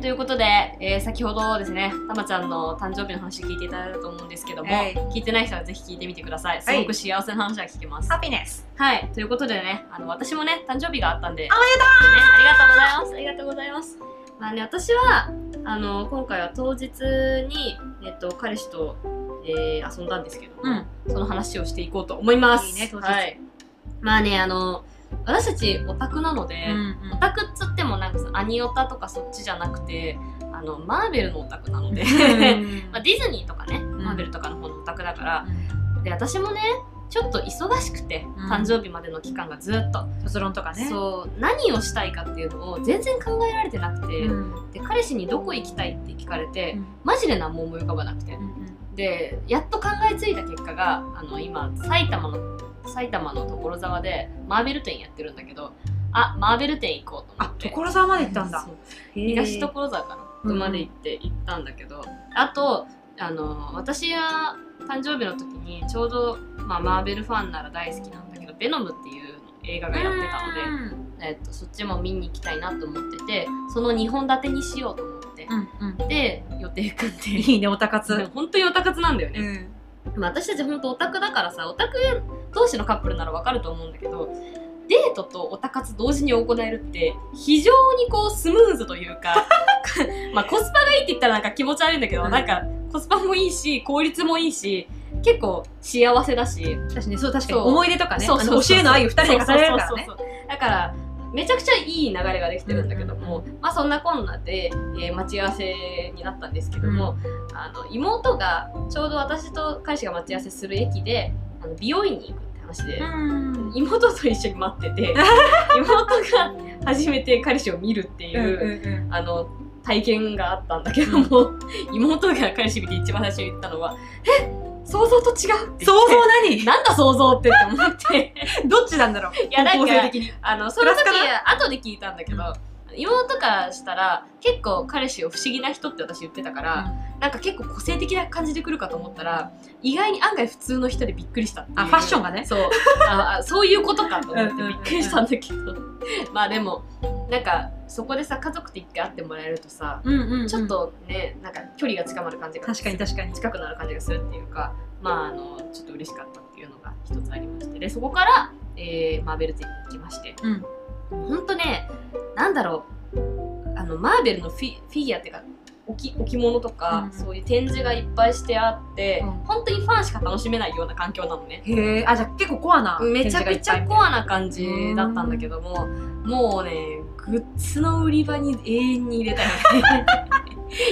ということで、えー先ほどですねたまちゃんの誕生日の話聞いていただいたと思うんですけども、はい聞いてない人はぜひ聞いてみてくださいすごく幸せな話が聞けますハはい、ピネスということでねあの私もね誕生日があったんでおめでとね、ありがとうございます。ありがとうございます。まあね、私は、あの、今回は当日に、えっと、彼氏と、えー遊んだんですけど、うんその話をしていこうと思います。いいね当日はい。まあね、あの、私たちオタクなので、うオタクっつってもなんかさアニオタとかそっちじゃなくて、あの、マーベルのオタクなので、 まあ、ディズニーとかね、マーベルとかの方のオタクだから、で、私もね、ちょっと忙しくて、うん誕生日までの期間がずっと。卒論とかねそう何をしたいかっていうのを全然考えられてなくて、うんで彼氏にどこ行きたいって聞かれて、うんマジで何も思い浮かばなくてうんでやっと考えついた結果があの今埼玉の埼玉の所沢でマーベル店やってるんだけどあマーベル店行こうと思あって所沢まで行ったんだそう東東所沢かうなんまで行って行ったんだけど、あとあの私が誕生日の時にちょうど、まあ、マーベルファンなら大好きなんだけど「ベノム」っていう映画がやってたので、えっと、そっちも見に行きたいなと思っててその2本立てにしようと思って、うんうんで予定組んでいいねオタ活でも 本当にオタ活なんだよね、んまあ私たち本当オタクだからさオタク同士のカップルならわかると思うんだけどデートとオタ活同時に行えるって非常にこうスムーズというか まあコスパがいいって言ったらなんか気持ち悪いんだけど、うんなんかコスパもいいし効率もいいし結構幸せだし私ねそう確かにそう思い出とかねそうそうそうあの教えの愛を2人で語られるからねそうそうそうそうだからめちゃくちゃいい流れができてるんだけども、まあ、そんなこんなで、えー待ち合わせになったんですけども、あの妹がちょうど私と彼氏が待ち合わせする駅であの美容院に行くって話で、うん妹と一緒に待って て妹が初めて彼氏を見るっていうう、んあの体験があったんだけども、妹が彼氏見て一番最初に言ったのは「え想像と違う」って言って想像 何なんだ想像ってって思って。どっちなんだろういやなんか方向性的にあのその時プラスか後で聞いたんだけど、妹からしたら結構彼氏を不思議な人って私言ってたから、なんか結構個性的な感じで来るかと思ったら意外に案外普通の人でびっくりしたっていうあファッションがねそうああそういうことかと思ってびっくりしたんだけど まあでもなんかそこでさ家族って一回会ってもらえるとさ、うんうんうんちょっとねなんか距離が近まる感じが確かに確かに近くなる感じがするっていうかまああのちょっと嬉しかったっていうのが一つありましてでそこから、えーマーベル店に行きましてうんほんとねなんだろうあのマーベルのフィフィギュアっていうか置き置物とか、うんそういう展示がいっぱいしてあって、うん本当にファンしか楽しめないような環境なのねへえあじゃあ結構コアなめちゃくちゃコアな感じうんだったんだけどももうねグッズの売り場に永遠に入れたよ ね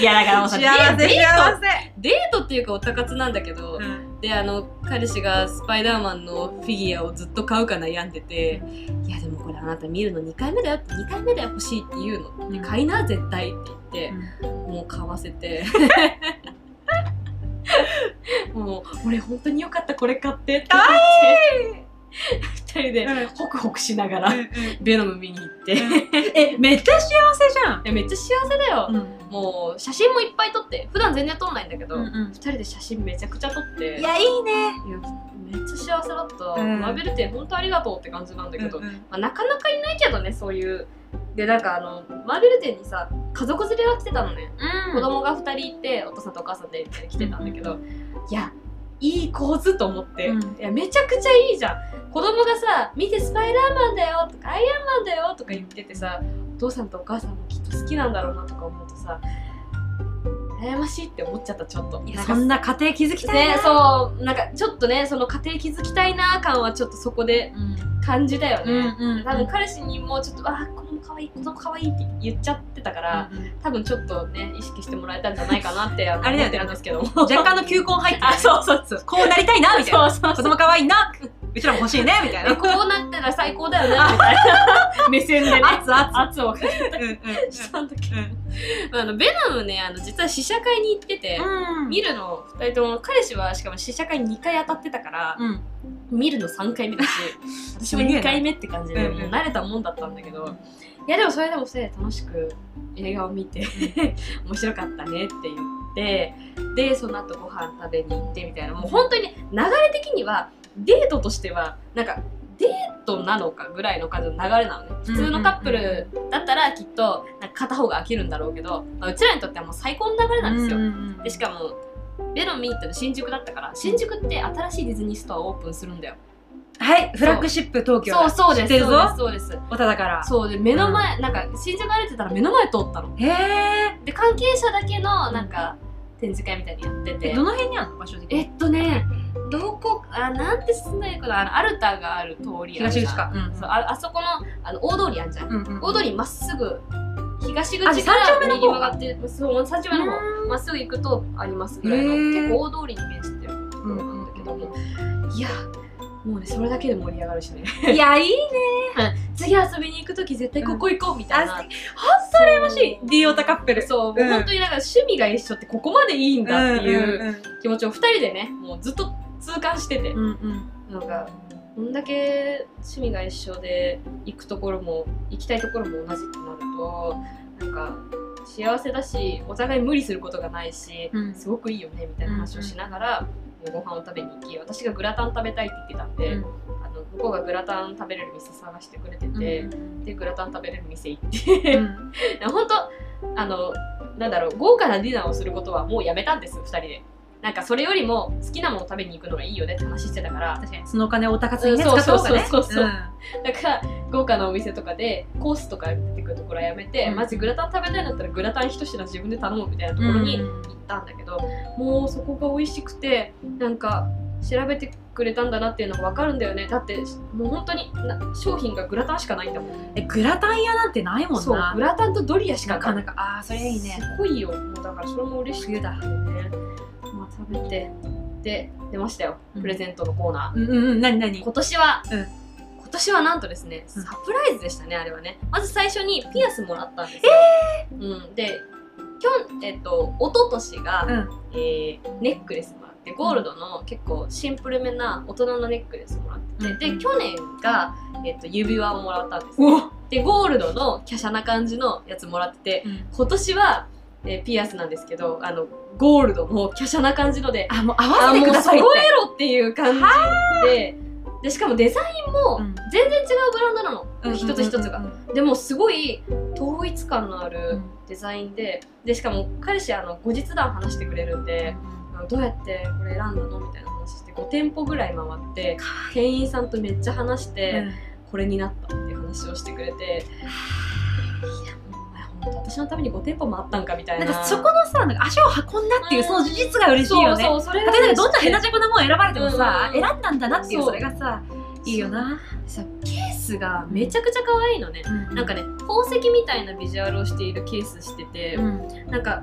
いやだからもうさデ幸せデー幸トデートっていうかおたかつなんだけど、せであの彼氏がスパイダーマンのフィギュアをずっと買うか悩んでて「いやでもこれあなた見るの2回目だよ」って「2回目だよ欲しい」って言うの「でうん買いな絶対」って言っうて、もう買わせて もう「俺本当によかったこれ買って」って言って2人でんホクホクしながらベノム見に行って いえめっちゃ幸せじゃんやめっちゃ幸せだよ、んもう写真もいっぱい撮って普段全然撮んないんだけど、う二んうん2人で写真めちゃくちゃ撮っていやいいねいやめっちゃ幸せだった、うんマーベル店本当ありがとうって感じなんだけど、うんうんまあ、なかなかいないけどねそういうでなんかあのマーベル店にさ家族連れが来てたのね、子供が2人いてお父さんとお母さんで来てたんだけど、いやいい構図と思って、うんいやめちゃくちゃいいじゃん子供がさ「見てスパイダーマンだよ」とか「アイアンマンだよ」とか言っててさお父さんとお母さんもきっと好きなんだろうなとか思うとさ羨ましいって思っちゃったちょっといやなんそかんな家庭築きたいねな、そうなんかちょっとねその家庭築きたいな感はちょっとそこでうん感じだようんね、うんうん多分彼氏にもちょっと「あー子供可愛い子供可愛いって言っちゃってたから、多分ちょっとね意識してもらえたんじゃないかなってあの あれ思だよってねるんですけども若干の球根入って るあそうそうそうこうなりたいなみたいなそうそう子そう供可愛いなうちらも欲しいねみたいなえこうなったら最高だよねみたいな 目線でね熱熱圧をかけうんうんたんだけど、あのベナムねあの実は試写会に行ってて、うん見るの2人とも彼氏はしかも試写会2回当たってたから、うん見るの3回目 だし私もすげえ2な回目って感じでうんもうんう慣れたもんだったんだけど、いやでもそれでもそれで楽しく映画を見て 面白かったねって言ってでその後ご飯食べに行ってみたいなもう本当にね流れ的にはデートとしてはなんかデートなのかぐらいの感じの流れなのね普通のカップルだったらきっとなんか片方が飽きるんだろうけど、まあうちらにとってはもう最高の流れなんですよ、でしかもベロミーって新宿だったから新宿って新しいディズニーストアオープンするんだよはいフラッグシップ東京そうそうで知っすてるぞそうですそうですおただからそうで目の前、なんか新宿歩いてたら目の前通ったのへえで関係者だけのなんか展示会みたいにやっててえどの辺にあるの場所的えにっとねどこあなんて進んだらいいかなあのアルタがある通りあるじ東ゃん口かうんそうああそこのあの大通りあんじゃん、うんうん大通りまっすぐ東あ口か三丁目らの方右曲がってそう三丁目の方うまっすぐ行くとありますぐらいのへー結構大通りに面してるところなんだけども、いやもうねそれだけで盛り上がるしねんいやいいね 次遊びに行く時絶対ここ行こうみたいな、あ本当羨ましいそう D オタカップルそう、うんもう本当になんか趣味が一緒ってここまでいいんだっていううん気持ちを2人でねもうずっと痛感してて、うんうんなんかこんだけ趣味が一緒で行くところも行きたいところも同じってなるとなんか幸せだしお互い無理することがないしうんすごくいいよねみたいな話をしながら、ご飯を食べに行き私がグラタン食べたいって言ってたんで、あの向こうがグラタン食べれる店探してくれてて、でグラタン食べれる店行って、 うん本当あのなんだろう豪華なディナーをすることはもうやめたんです2人でなんかそれよりも好きなものを食べに行くのがいいよねって話してたから確かにそのお金をお高津にねうん使った方がねそうそうそうそうんだから豪華なお店とかでコースとか出てくるところはやめて、うんまずグラタン食べたいんだったらグラタン一品自分で頼むみたいなところに行ったんだけど、もうそこが美味しくてなんか調べてくれたんだなっていうのが分かるんだよねだってもう本当にな商品がグラタンしかないんだもんえグラタン屋なんてないもんそうなグラタンとドリアしかななかったかなかああそれいいねすごいよ。もうだからそれも嬉しくて冬だね。まあ食べて。で、出ましたよう。んプレゼントのコーナうんうんうん何ー。何今年は、うん今年はなんとですね、うんサプライズでしたね、あれはね。まず最初にピアスもらったんですよ。うん。で、きょん、えっと、一昨年が、うんえーネックレスもらって、ゴールドの結構シンプルめな大人のネックレスもらってて、うんで、去年が、えっと、指輪をもらったんですよ。おで、ゴールドの華奢な感じのやつもらってて、今年は、えーピアスなんですけどあのゴールドも華奢な感じのであもう合わせてくださいあっもう揃てえろっていう感じででしかもデザインもうん全然違うブランドなの、うん一つ一つうがんうんでもすごい統一感のあうるんデザインででしかも彼氏あの後日談話してくれるんであのどうやってこれ選んだのみたいな話して5店舗ぐらい回って店員さんとめっちゃ話して、うんこれになったっていう話をしてくれて、いやお前本当私のために5店舗もあったんかみたいななんかそこのさなんか足を運んだっていううんその事実が嬉しいよねそうそうそれが例えばどんなヘナチャコなもん選ばれてもさうん選んだんだなっていうそうそれがさいいよなさケースがめちゃくちゃ可愛いのね、なんかね宝石みたいなビジュアルをしているケースしてて、うんなんか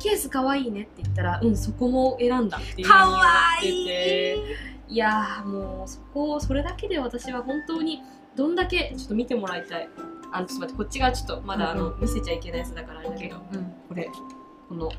ケース可愛いねって言ったらうんそこも選んだっていうかわ風いにい言ってていやーもうそこそれだけで私は本当にどんだけちょっと見てもらいたいあのちょっと待ってこっちがちょっとまだあの、う見せちゃいけないやつだからあれだけどうんこれこの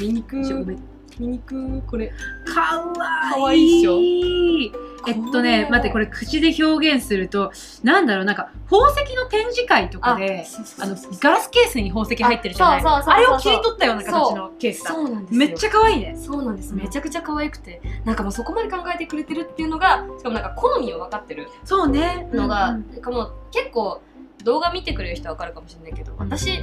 ミニクちょごミニクこれかわいいかわいいっしょえっとね待ってこれ口で表現するとなんだろうなんか宝石の展示会とかであのガラスケースに宝石入ってるじゃないあそうそうそうそうあれを切り取ったような形のケースだそうなんですよめっちゃ可愛いねそうなんですうんめちゃくちゃ可愛くてなんかもうそこまで考えてくれてるっていうのがしかもなんか好みを分かってるそうねのが、うんなんかもう結構動画見てくれる人は分かるかもしれないけど私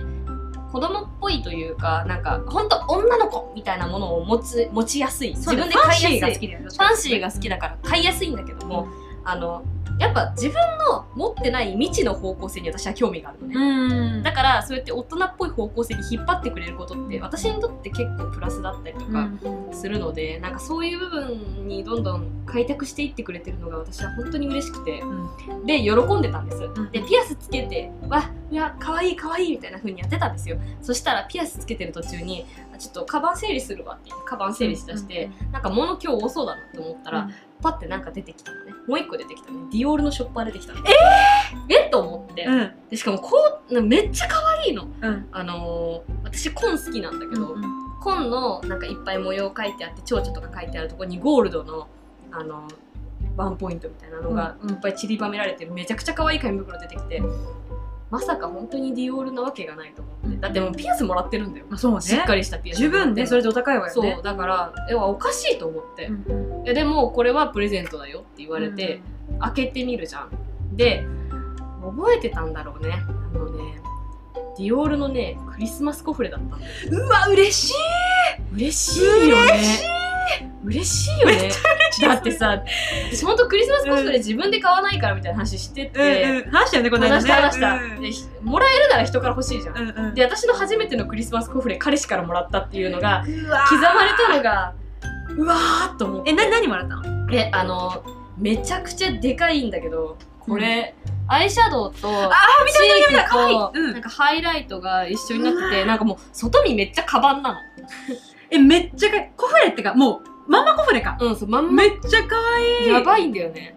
子供っぽいというかなんか本当女の子みたいなものを持つ持ちやすい自そうね分で買いファンシーがや好すいきだよねファンシーが好きだから買いやすいんだけども、あのやっぱ自分の持ってない未知の方向性に私は興味があるのね、うんだからそうやって大人っぽい方向性に引っ張ってくれることって私にとって結構プラスだったりとうかんするので、なんかそういう部分にどんどん開拓していってくれてるのが私は本当に嬉しくてで喜んでたんです、んでピアスつけて「わいや可愛い可愛いみたいな風にやってたんですよそしたらピアスつけてる途中に「あちょっとカバン整理するわ」って言ってカバン整理しだして、なんか物今日多そうだなって思ったら、うんパッてなんか出てきたのねもう一個出てきたのねディオールのショッパー出てきたのええっと思って、うんでしかもこうなめっちゃ可愛いのうんあのー私紺好きなんだけど、うん紺のなんかいっぱい模様書いてあって蝶々とか書いてあるとこにゴールドのあのーワンポイントみたいなのがうんいっぱい散りばめられてめちゃくちゃ可愛い紙袋出てきて、まさか本当にディオールなわけがないと思って、うんだってもうピアスもらってるんだよ、まあそうねしっかりしたピアス十分ねそれででお高いわよそねうだからえおかしいと思って、うんえでもこれはプレゼントだよって言われて、開けてみるじゃんで覚えてたんだろうねあのねディオールのねクリスマスコフレだったんだようわ嬉しい嬉しいよね嬉しいよねだってさ私ほんとクリスマスコフレ自分で買わないからみたいな話してうんて、うん話したよねこの間話しねた話した、うんでひもらえるなら人から欲しいじゃん、うんうんで私の初めてのクリスマスコフレ彼氏からもらったっていうのがうわ刻まれたのがうわーっと思ってえな何もらったのえあのめちゃくちゃでかいんだけどこれ、アイシャドウと見た見た見た見たチーク可愛いうんとなんかハイライトが一緒になっててなんかもう外見めっちゃカバンなえめっちゃかコフレってかもうまんまコフレかのうんそうまんまめっちゃ可愛いやばいいんだよね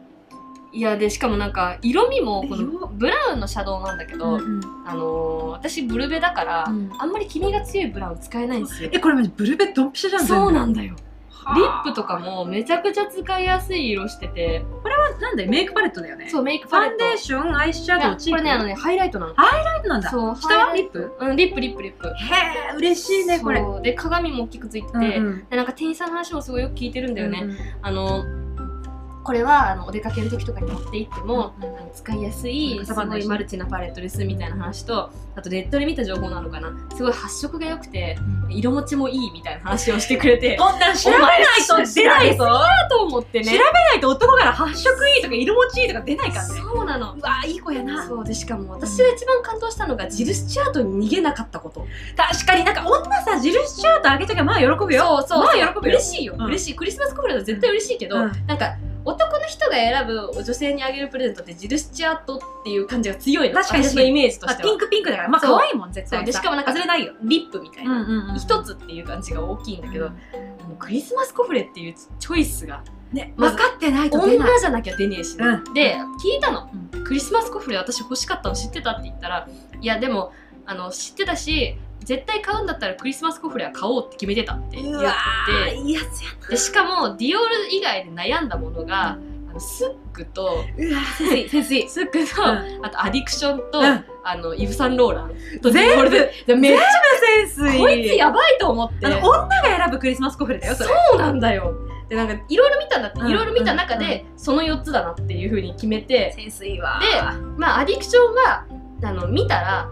いやでしかもなんか色味もこ色のブラウンのシャドウなんだけど、うんあのー私ブルベだから、うんあんまり黄身が強いブラウン使えないんですよえこれマジブルベドンピシャじゃんそうなんだだよリップとかもめちゃくちゃ使いやすい色しててなんだよメイクパレットだよねそうメイクフパレァッントデーションアイシャドウチいーやこれクねあのねハイライトなのそうなんだそう下はハイライトリッうんリップリップリップへえ嬉しいねこれそうで鏡も大きくついてて、うんうんでなんか店員さんの話もすごいよく聞いてるんだよね、うんうんあのこれはあのお出かけの時とかに持って行っても、あの使いやすいうんすごいマルチなパレットですみたいな話とあとネットで見た情報なのかなすごい発色が良くて色持ちもいいみたいな話をしてくれてこんなん調べないと出ないお前調べぞないと思ってね調べないと男から発色いいとか色持ちいいとか出ないからねそうなのうわいい子やなそうでしかも私が一番感動したのがジル・スチュアートに逃げなかったこと確かになんか女さジルスチュアートあげときゃまあ喜ぶよそうそうまあ喜ぶよ嬉しいよ、うん嬉しいクリスマスコフレだと絶対嬉しいけど、うんなんか男の人が選ぶ女性にあげるプレゼントってジルスチュアートっていう感じが強いの確かに私のイメージとまあしてピンはクピンクだからまあそう可愛いもん絶そう対でしかもなんか外れないよリップみたいな一、一つつっていう感じが大きいんだけど、あのクリスマスコフレっていうチョイスがねま分ずかってないと出ない女じゃなきゃ出ねえし、ねうんで聞いたの、うクリスマスコフレ私欲しかったの知ってたって言ったらいやでもあの知ってたし絶対買うんだったらクリスマスコフレは買おうって決めてたって言うっわてーいいやつやでしかもディオール以外で悩んだものが、あのスックとうわー先生スックと、あとアディクションと、うんあのイヴ・サンローランと全部ディオールででめっちゃ全部こいつやばいと思ってあの女が選ぶクリスマスコフレだよそれそうなんだよでなんかいろいろ見たんだってうんいろいろ見た中で、その4つだなっていうふうに決めてセンスいいわまあアディクションはあの見たら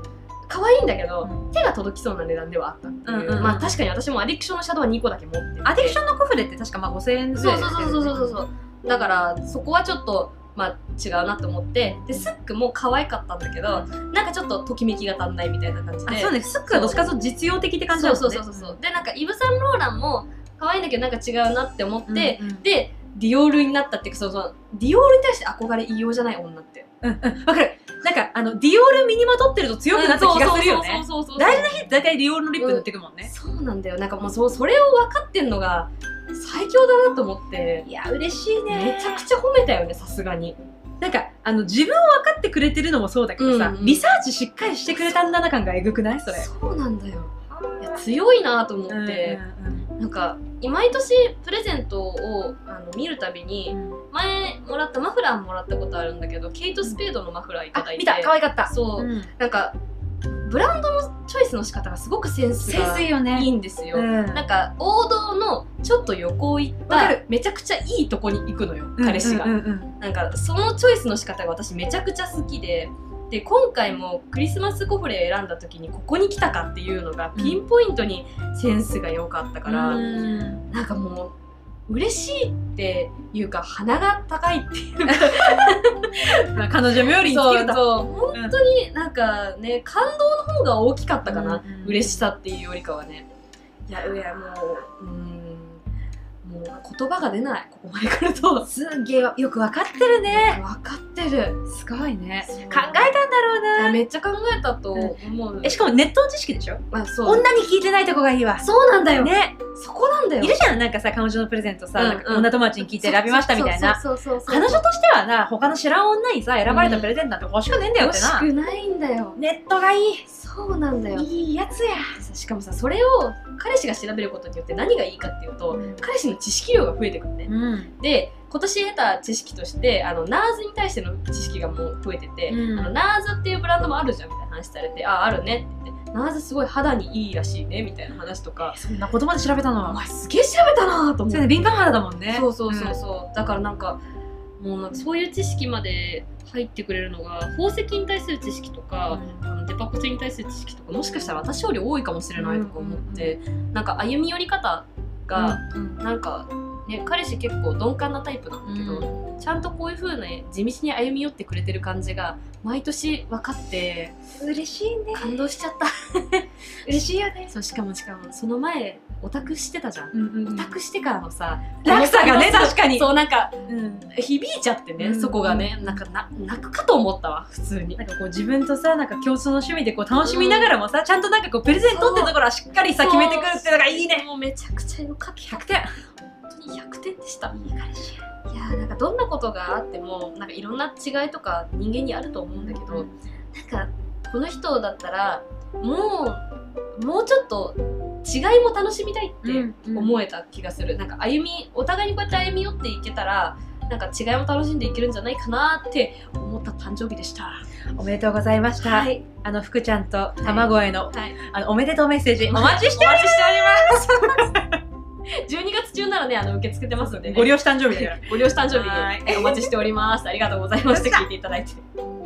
可愛いんだけど、うん手が届きそうな値段ではあったっていう、うんうんうんまあ確かに私もアディクションのシャドウは2個だけ持っててアディクションのコフレって確かまあ5000円ぐそらういそうそうそうそうそうそうだからそこはちょっとまあ違うなと思ってでスックも可愛かったんだけどなんかちょっとときめきが足んないみたいな感じであそうねスックはどっちかというと実用的って感じだそうもんねそうそうそうそうでなんかイヴ・サンローランも可愛いんだけどなんか違うなって思って、うんうんでディオールになったっていうかそのそのディオールに対して憧れ異様じゃない女ってうんうんわかるなんかあのディオール身にまとってると強くなった気がするよねそうそうそうそうそう大事な日って大体ディオールのリップ塗ってくもんねそうなんだよなんかもうそうそれを分かってんのが最強だなと思っていや嬉しいめちゃくちゃ褒めたよねさすがになんかあの自分を分かってくれてるのもそうだけどさうんうんリサーチしっかりしてくれたんだな感がえぐくないそれうなんだよいや強いなと思って、うんうんなんか毎年プレゼントをあの見るたびにうん前もらったマフラーもらったことあるんだけどケイト・スペードのマフラーいたあだいて見た可愛かったそう、うんなんかブランドのチョイスの仕方がすごくセンスセンがスいいよねいいんですよ、うんなんか王道のちょっと横行っわかたるめちゃくちゃいいとこに行くのよ彼氏が、うんうんうんなんかそのチョイスの仕方が私めちゃくちゃ好きでで今回もクリスマスコフレ選んだ時にここに来たかっていうのがうんピンポイントにセンスが良かったから、うんなんかもう嬉しいっていうか鼻が高いっていうかまあ、彼女冥利に尽きそうるとそう本当になんかね感動の方が大きかったかな、うん嬉しさっていうよりかはねいやいやもううーんもう言葉が出ないここまで来る とすげえよくわかってるね分かってるすごいねそう考えたんだろうなめっちゃ考えたと思う、えしかもネットの知識でしょまあそう女に聞いてないとこがいいわそうなんだよ、ねそこなんだよいるじゃんなんかさ彼女のプレゼントさ、うんなんかうん女友達に聞いて選びましたみたいなそうそうそうそう彼女としてはな他の知らん女にさ選ばれたプレゼントなんて欲しくねえんだよっ欲てしな、くないんだよネットがいいそうなんだよいいやつやしかもさそれを彼氏が調べることによって何がいいかっていうと、うん彼氏の知識量が増えてくるね、うんで今年得た知識としてあのナーズに対しての知識がもう増えてて、うんあのナーズっていうブランドもあるじゃんみたいな話されてああるねって言ってナーズすごい肌にいいらしいねみたいな話とかそんなことまで調べたおの前すげえ調べたなと思そっれてね敏感肌だもんねそうそうそうそう、だからなんかもうなんかそういう知識まで入ってくれるのが宝石に対する知識とか、あのデパコスに対する知識とかもしかしたら私より多いかもしれないとか思って、なんか歩み寄り方が、なんか、ね、彼氏結構鈍感なタイプなんだけど、ちゃんとこういう風な地道に歩み寄ってくれてる感じが毎年分かって嬉しいね感動しちゃった嬉しいよね そうしかもしかもその前オタクしてたじゃん、オタクしてからのさ落差がねこの確かにそうなんかうん響いちゃってね、うんそこがねなんかな泣くかと思ったわ普通になんかこう自分とさなんか共通の趣味でこう楽しみながらもさ、ちゃんとなんかこうプレゼントってところはしっかりさ決めてくるっていうのがいいねもうめちゃくちゃよかった100点本当に100点でしたいい彼氏やいやーなんかどんなことがあってもなんかいろんな違いとか人間にあると思うんだけど、なんかこの人だったらもうもうちょっと違いも楽しみたいって思えた気がする、なんか歩みお互いにこうやって歩み寄っていけたらなんか違いも楽しんでいけるんじゃないかなって思った誕生日でした。おめでとうございました、い、あの福ちゃんと卵への,、はい、あのおめでとうメッセージお待ちしてお待ちしております。12月中ならねあの受け付けてますのでね。ご利用し誕生日だからご了承誕生はい日お待ちしております。ありがとうございました。聞いていただいて。